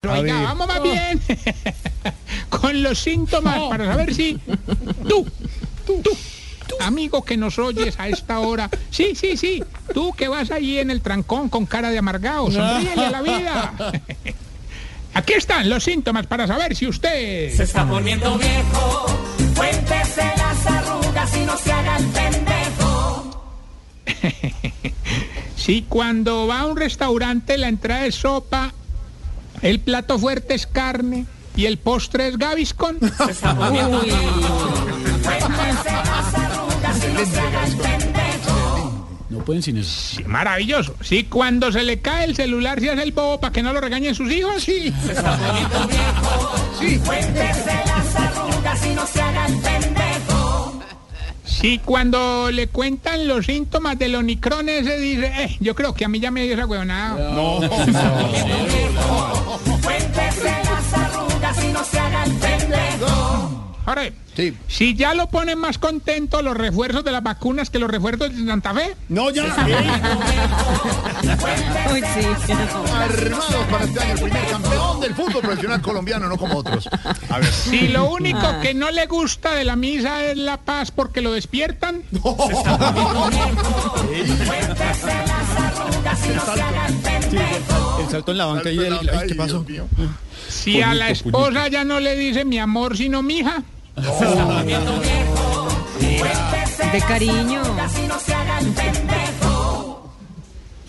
Pero A venga, ver. vamos más bien con los síntomas para saber si tú, tú, tú, amigo que nos oyes a esta hora, sí, sí, sí, tú que vas allí en el trancón con cara de amargado, sonríele a la vida. Aquí están los síntomas para saber si usted... Se está poniendo viejo, cuéntese las arrugas y no se haga el pendejo. Si cuando va a un restaurante la entrada es sopa, el plato fuerte es carne y el postre es gaviscon. Se está poniendo viejo, cuéntese las arrugas y no se haga el pendejo. No pueden sin eso. Sí, maravilloso. Si cuando se le cae el celular se hace el bobo para que no lo regañen sus hijos. Sí. Cuéntese las arrugas y no se haga el pendejo. Si cuando le cuentan los síntomas del Onicron se dice, eh, yo creo que a mí ya me dio esa huevonada. Cuéntese las arrugas y no se haga el pendejo. Ahora, Sí. si ya lo ponen más contento los refuerzos de las vacunas que los refuerzos de Santa Fe. No, ya. eh, Uy, sí. Armados para este año el primer campeón del fútbol profesional colombiano, no como otros. A ver. Si lo único que no le gusta de la misa es la paz porque lo despiertan. Cuéntese las arrugas y no se haga el pendejo. El salto en la banca y el... ay, ¿Qué pasó? Si a la esposa ya no le dice mi amor sino mija. De cariño. Y no se haga el pendejo.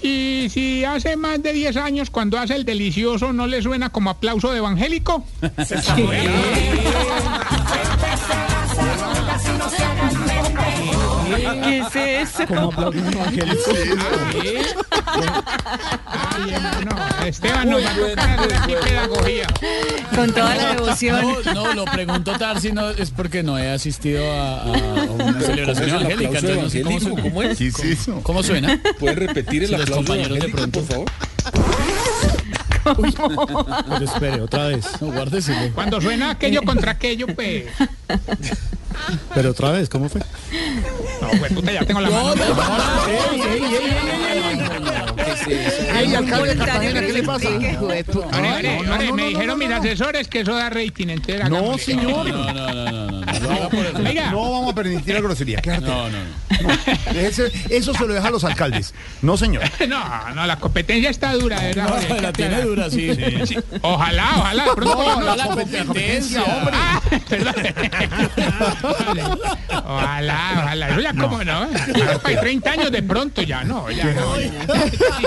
Y si hace más de 10 años cuando hace el delicioso no le suena como aplauso de evangélico. Arrugas y no se haga el pendejo. ¿Qué es eso? Ah, ¿eh? Ay, hermano, Esteban nos va a tocar hacer aquí pedagogía. Con toda la devoción. No, no, lo preguntó Tarsi, no, es porque no he asistido a, a- a una celebración evangélica. entonces no sé cómo, su- ¿Cómo es? ¿Qué es eso? cómo suena. ¿Puedes repetir el los aplauso compañeros de evangélico, pronto. por favor? Pero espere, otra vez. No, guárdeselo. Cuando suena aquello contra aquello, pues. Pero otra vez, ¿cómo fue? No, pues puta, ya tengo la mano. Ay, alcalde de Voluntario Cartagena, ¿qué le pasa? presente, hijo de puta. Ore, ore, ore, me dijeron mis asesores que eso da rating entera. No, No, señor. no, no, no, no, no, no, lo haga por el- Oiga, No vamos a permitir la grosería. Quédate. No, no, no. Ese- eso se lo deja a los alcaldes. No, señor. no, no, la competencia está dura, de ¿verdad? Ore, hay que La tiene aclarar. dura, sí. Sí, Ojalá, ojalá. de pronto No, no, la la- competencia, hombre. Ah, perdón. Ojalá, ojalá. Ojalá, ¿cómo no? Para 30 años de pronto ya, no, ya no. ya.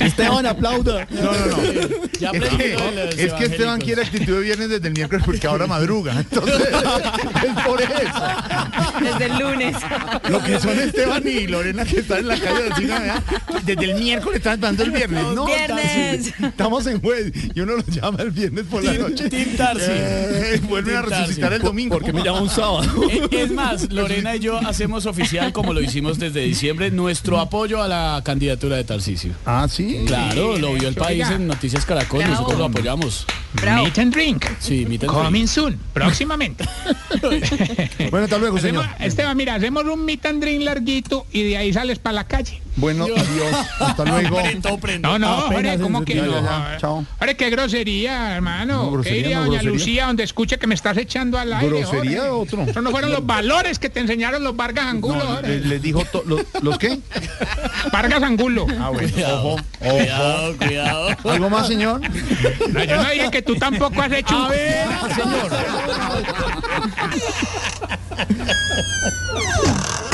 Esteban, aplauda. No, no, no. Ya Es que, aprendí lo de los es que Esteban evangélicos. quiere actitud de viernes desde el miércoles porque ahora madruga. Entonces, es por eso. Desde el lunes. Lo que son Esteban y Lorena que están en la calle de la China, ¿verdad? desde el miércoles están esperando el viernes. No, Viernes. Tarsi, Estamos en jueves y uno los llama el viernes por la noche. Team- Team Tarsi. Eh, vuelven a Team Tarsi. resucitar el domingo. Porque me llama un sábado. Es- Eh, Es más, Lorena y yo hacemos oficial, como lo hicimos desde diciembre, nuestro apoyo a la candidatura de Tarcisio. Ah, sí. Claro, lo vio el país Oiga. en Noticias Caracol, Bravo. nosotros lo apoyamos. Bravo. Meet and drink. Sí, mi tenta- Coming soon, próximamente. Bueno, hasta luego, señor. Hacemos- Esteban, mira, hacemos un meet and drink larguito y de ahí sales para la calle. Bueno, adiós. Hasta luego. Prendo, prendo. No, no, Apenas Jorge, ¿cómo que ya, no? ya, ya, chao. Jorge, qué grosería, hermano. No, ¿Qué grosería, diría no, doña grosería. Lucía donde escuche que me estás echando al aire? Grosería, Jorge? otro. Eso no fueron los valores que te enseñaron los Vargas Angulo, No, Jorge. le- les dijo to- lo- los qué? Vargas Angulo. Ah, bueno. Ojo, ojo. Cuidado, cuidado. ¿Algo más, señor? No, yo no dije que tú tampoco has hecho... A ver, Señor.